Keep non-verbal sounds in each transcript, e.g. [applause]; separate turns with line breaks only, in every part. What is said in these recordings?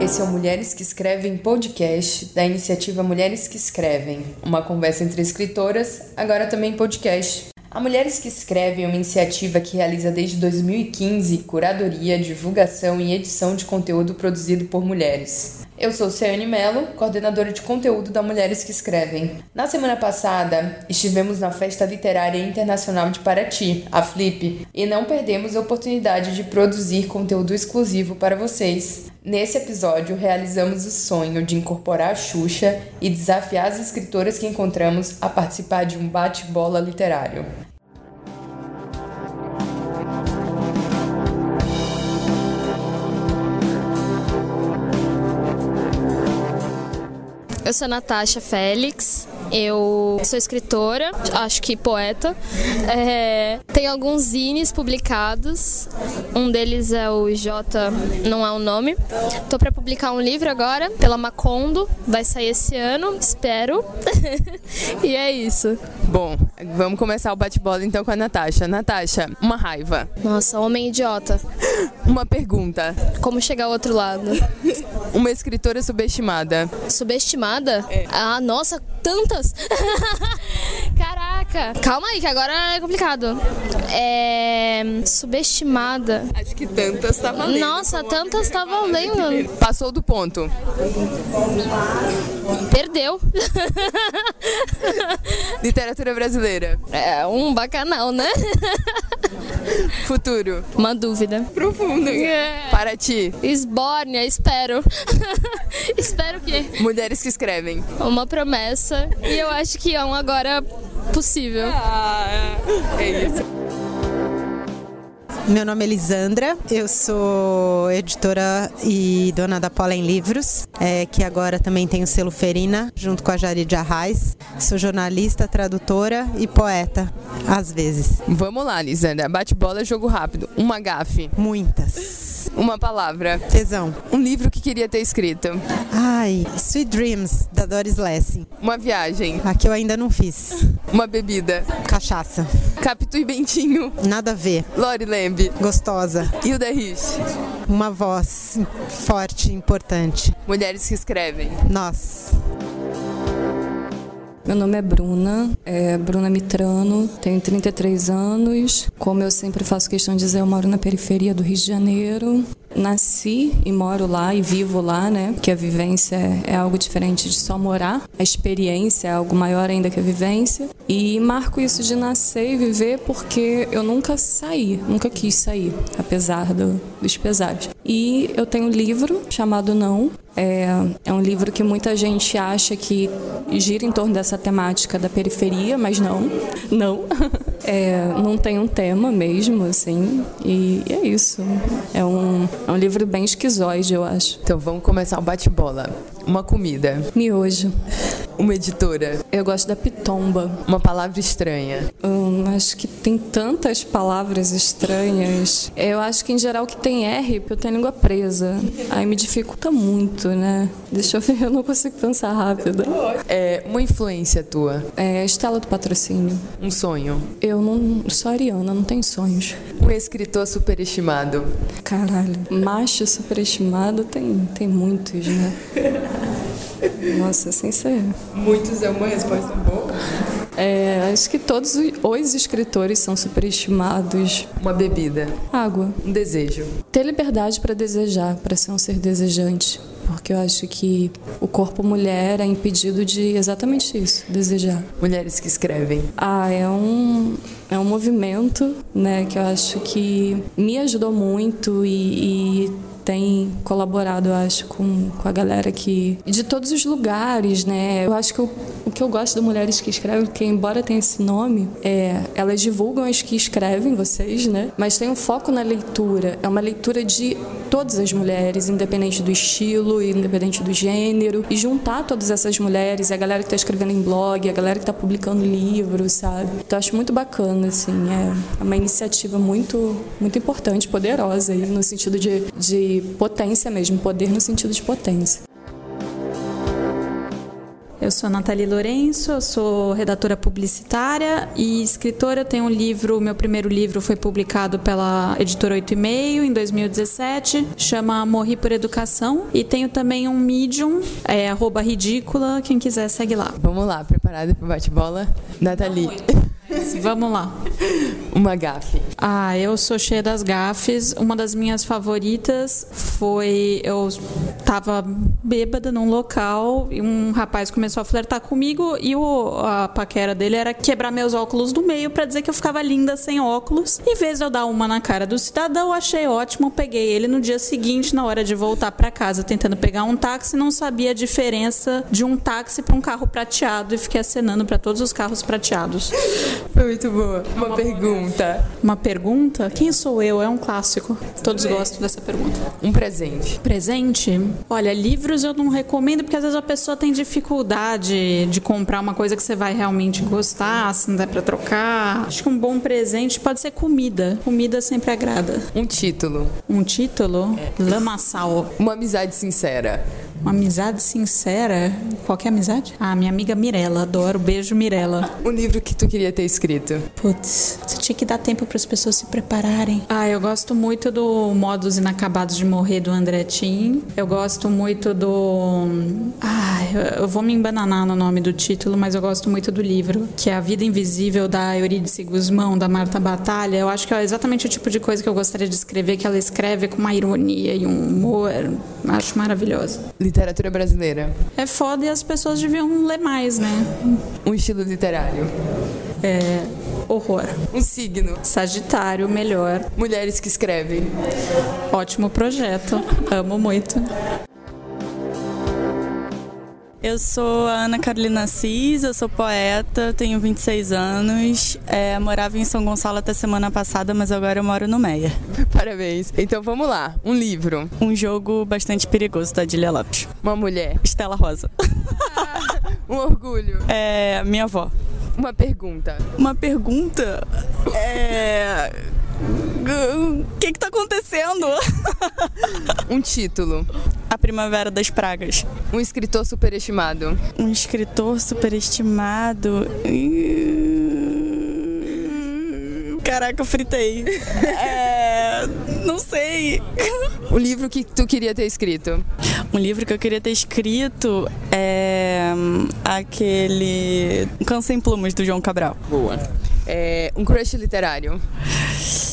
Esse é o Mulheres que Escrevem podcast da iniciativa Mulheres que Escrevem, uma conversa entre escritoras, agora também podcast. A Mulheres que Escrevem é uma iniciativa que realiza desde 2015 curadoria, divulgação e edição de conteúdo produzido por mulheres. Eu sou Ciane Mello, coordenadora de conteúdo da Mulheres que Escrevem. Na semana passada, estivemos na Festa Literária Internacional de Paraty, a FLIP, e não perdemos a oportunidade de produzir conteúdo exclusivo para vocês. Nesse episódio, realizamos o sonho de incorporar a Xuxa e desafiar as escritoras que encontramos a participar de um bate-bola literário.
Eu sou Natasha Félix. Eu sou escritora, acho que poeta. É, tenho alguns zines publicados. Um deles é o J, não é o nome. Tô para publicar um livro agora pela Macondo, vai sair esse ano, espero. [laughs] e é isso.
Bom, vamos começar o bate-bola então com a Natasha. Natasha, uma raiva,
Nossa, homem idiota.
uma pergunta,
Como chegar ao outro lado?
uma escritora subestimada.
Subestimada? Ah, nossa, tantas! [laughs] Caraca! Calma aí, que agora é complicado. É. Subestimada.
Acho que tantas tá valendo.
Nossa, tantas estavam lendo.
Passou do ponto.
Perdeu. [laughs]
Literatura brasileira.
É um bacanal, né?
Futuro.
Uma dúvida.
Profundo. Para ti.
Esbórnia, espero. [laughs] espero que.
Mulheres que escrevem.
Uma promessa. E eu acho que é um agora possível.
É isso.
Meu nome é Lisandra, eu sou editora e dona da Pollen Livros, é, que agora também tem o selo Ferina, junto com a Jarid Arraes. Sou jornalista, tradutora e poeta, às vezes.
Vamos lá, Lisandra. Bate-bola, jogo rápido. Uma gafe.
Muitas.
Uma palavra.
Tesão.
Um livro que queria ter escrito.
Ai, Sweet Dreams, da Doris Lessing.
Uma viagem.
A que eu ainda não fiz.
Uma bebida.
Cachaça.
Capitu e Bentinho.
Nada a ver.
Lori Lembe.
Gostosa.
Hilda Rich.
Uma voz forte, importante.
Mulheres que escrevem.
Nós.
Meu nome é Bruna, é Bruna Mitrano, tenho 33 anos. Como eu sempre faço questão de dizer, eu moro na periferia do Rio de Janeiro. Nasci e moro lá e vivo lá, né? Porque a vivência é algo diferente de só morar. A experiência é algo maior ainda que a vivência. E marco isso de nascer e viver porque eu nunca saí, nunca quis sair, apesar do- dos pesares. E eu tenho um livro chamado Não, é, é um livro que muita gente acha que gira em torno dessa temática da periferia, mas não, não. [laughs] É, não tem um tema mesmo, assim, e é isso. É um, é um livro bem esquizoide, eu acho.
Então vamos começar o bate-bola. Uma comida.
Miojo.
Uma editora.
Eu gosto da pitomba.
Uma palavra estranha.
Hum, acho que tem tantas palavras estranhas. Eu acho que, em geral, que tem R, porque eu tenho a língua presa. Aí me dificulta muito, né? Deixa eu ver, eu não consigo pensar rápido.
É, uma influência tua.
É, Estela do Patrocínio.
Um sonho.
Eu não sou ariana, não tenho sonhos.
Um escritor superestimado.
Caralho, macho superestimado tem, tem muitos, né? Nossa, assim sem ser.
Muitos é uma resposta boa.
É, acho que todos os- os escritores são superestimados.
Uma bebida.
Água.
Um desejo.
Ter liberdade para desejar, para ser um ser desejante. Porque eu acho que o corpo mulher é impedido de exatamente isso, desejar.
Mulheres que escrevem.
Ah, é um, é um movimento, né, que eu acho que me ajudou muito e, e tem colaborado, eu acho, com, com a galera que... De todos os lugares, né? Eu acho que o, o que eu gosto do Mulheres que Escrevem, que embora tenha esse nome, é, elas divulgam as que escrevem, vocês, né? Mas tem um foco na leitura. É uma leitura de todas as mulheres, independente do estilo, independente do gênero, e juntar todas essas mulheres, a galera que tá escrevendo em blog, a galera que tá publicando livro, sabe? Então acho muito bacana, assim, é uma iniciativa muito, muito importante, poderosa, aí, no sentido de, de potência mesmo, poder no sentido de potência.
Eu Eu sou a Nathalie Lourenço, eu sou redatora publicitária e escritora. Eu tenho um livro, meu primeiro livro foi publicado pela editora 8 e meio em 2017, chama Morri por Educação. E tenho também um Medium, é arroba ridícula, quem quiser segue lá.
Vamos lá, preparada para bate-bola? Nathalie,
Vamos lá.
uma gafe.
Ah, eu sou cheia das gafes. Uma das minhas favoritas foi eu tava bêbada num local e um rapaz começou a flertar comigo e o, a paquera dele era quebrar meus óculos do meio pra dizer que eu ficava linda sem óculos. Em vez de eu dar uma na cara do cidadão, achei ótimo, peguei ele no dia seguinte na hora de voltar pra casa tentando pegar um táxi, não sabia a diferença de um táxi pra um carro prateado e fiquei acenando pra todos os carros prateados.
Foi muito boa. Uma pergunta.
Uma pergunta? Quem sou eu? É um clássico. Todos gostam dessa pergunta.
Um presente.
Presente? Olha, livros eu não recomendo porque às vezes a pessoa tem dificuldade de comprar uma coisa que você vai realmente gostar, se não der pra trocar. Acho que um bom presente pode ser comida. Comida sempre agrada.
Um título.
Um título? Lamaçal.
Uma amizade sincera.
Uma amizade sincera? Qual que é a amizade? Ah, minha amiga Mirella. Adoro. Beijo, Mirella.
Um livro que tu queria ter escrito.
Putz, você tinha que dar tempo para as pessoas se prepararem. Ah, eu gosto muito do Modos Inacabados de Morrer do André Tim. Eu gosto muito do. Ah, eu- eu vou me embananar no nome do título, mas eu gosto muito do livro, que é A Vida Invisível da Eurídice Guzmão, da Marta Batalha. Eu acho que é exatamente o tipo de coisa que eu gostaria de escrever, que ela escreve com uma ironia e um humor. Acho maravilhosa.
Literatura brasileira.
É foda e as pessoas deviam ler mais, né?
Um estilo literário.
É. Horror.
Um signo.
Sagitário, melhor.
Mulheres que escrevem. [laughs]
Ótimo projeto, amo muito.
Eu sou a Ana Carolina Assis, eu sou poeta, tenho 26 anos, é, morava em São Gonçalo até semana passada, mas agora eu moro no Meia.
Parabéns. Então vamos lá. Um livro.
Um jogo bastante perigoso da Adília Lopes.
Uma mulher.
Estela Rosa.
Um orgulho.
É, minha avó.
Uma pergunta.
Uma pergunta é... O que que tá acontecendo?
Um título.
A Primavera das Pragas.
Um escritor superestimado.
Um escritor superestimado. Hum. Caraca, eu fritei. É, não sei.
O Um livro que tu queria ter escrito.
Um livro que eu queria ter escrito é hum, aquele Cansa em Plumas do João Cabral.
Boa. É, um crush literário.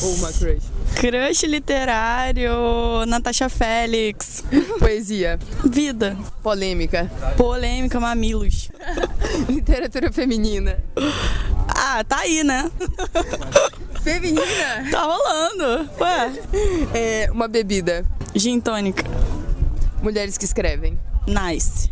Ou uma crush.
Crush literário, Natasha Félix.
Poesia.
Vida.
Polêmica. [laughs]
Polêmica, mamilos.
Literatura feminina.
Ah, tá aí, né?
Feminina?
Tá rolando. Ué.
É, uma bebida.
Gin tônica.
Mulheres que escrevem.
Nice.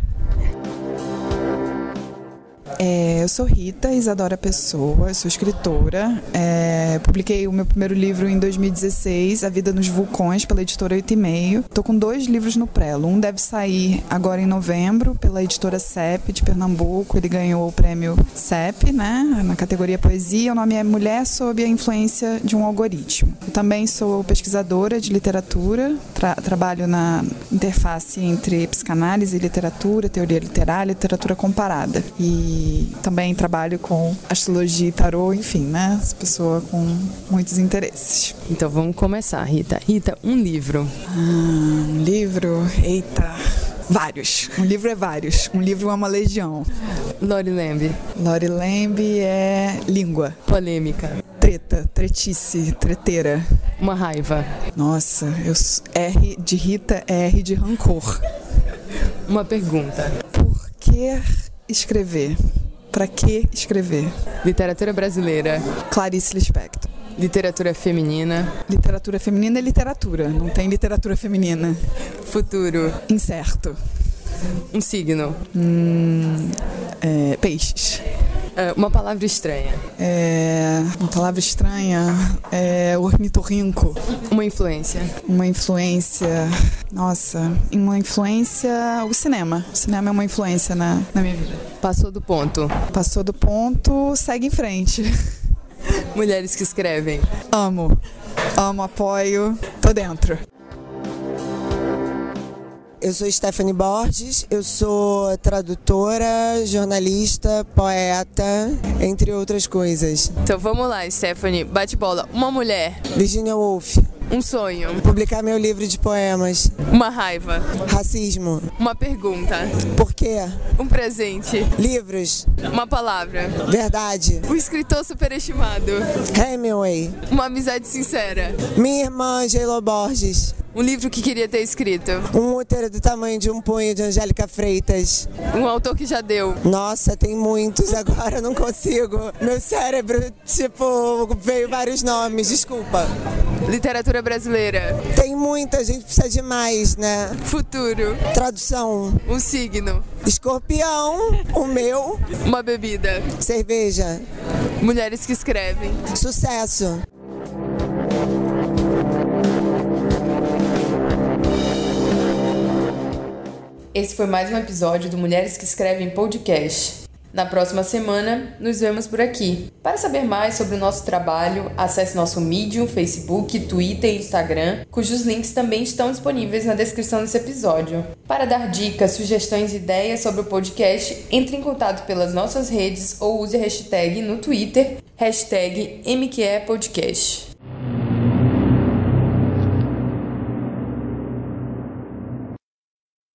É, eu sou Rita Isadora Pessoa, eu sou escritora. É, publiquei o meu primeiro livro em 2016, A Vida nos Vulcões, pela editora 8 e meio. Tô com dois livros no prelo. Um deve sair agora em novembro, pela editora CEP de Pernambuco. Ele ganhou o prêmio CEP, né? Na categoria Poesia. O nome é Mulher sob a Influência de um Algoritmo. Eu também sou pesquisadora de literatura, tra- trabalho na interface entre psicanálise e literatura, teoria literária, literatura comparada. E também trabalho com astrologia e tarô, enfim, né? Essa pessoa com muitos interesses.
Então vamos começar, Rita. Rita, um livro.
Um livro, eita, vários. Um livro é vários. Um livro é uma legião.
Lori Lamb.
Lori Lamb é língua,
Polêmica.
treta, tretice, treteira.
Uma raiva.
Nossa, eu s- R de Rita é R de rancor.
Uma pergunta.
Por que escrever? Pra que escrever?
Literatura brasileira.
Clarice Lispector.
Literatura feminina.
Literatura feminina é literatura, não tem literatura feminina.
Futuro.
Incerto.
Um signo.
Hum, é, peixes.
É, uma palavra estranha.
É, uma palavra estranha. É, ornitorrinco.
Uma influência.
Uma influência. Nossa, uma influência. O cinema. O cinema é uma influência na, na minha vida.
Passou do ponto.
Passou do ponto, segue em frente.
Mulheres que escrevem.
Amo. Amo, apoio. Tô dentro.
Eu sou Stephanie Borges, eu sou tradutora, jornalista, poeta, entre outras coisas.
Então vamos lá, Stephanie. Bate bola. Uma mulher,
Virginia Woolf,
um sonho,
publicar meu livro de poemas.
uma raiva,
Racismo.
uma pergunta,
Por quê?
um presente,
Livros.
uma palavra,
Verdade.
um escritor superestimado,
Hemingway.
uma amizade sincera,
Minha irmã Angelo Borges.
um livro que queria ter escrito,
Um útero do tamanho de um punho de Angélica Freitas.
um autor que já deu,
Nossa, tem muitos, agora eu não consigo. Meu cérebro, tipo, veio vários nomes, desculpa.
literatura brasileira,
Tem muita, a gente precisa de mais, né?
futuro,
Tradução:
um signo,
escorpião, o meu,
uma bebida,
cerveja,
mulheres que escrevem.
sucesso.
Esse foi mais um episódio do Mulheres que Escrevem Podcast. Na próxima semana, nos vemos por aqui. Para saber mais sobre o nosso trabalho, acesse nosso Medium, Facebook, Twitter e Instagram, cujos links também estão disponíveis na descrição desse episódio. Para dar dicas, sugestões e ideias sobre o podcast, entre em contato pelas nossas redes ou use a hashtag no Twitter, hashtag MQEPodcast.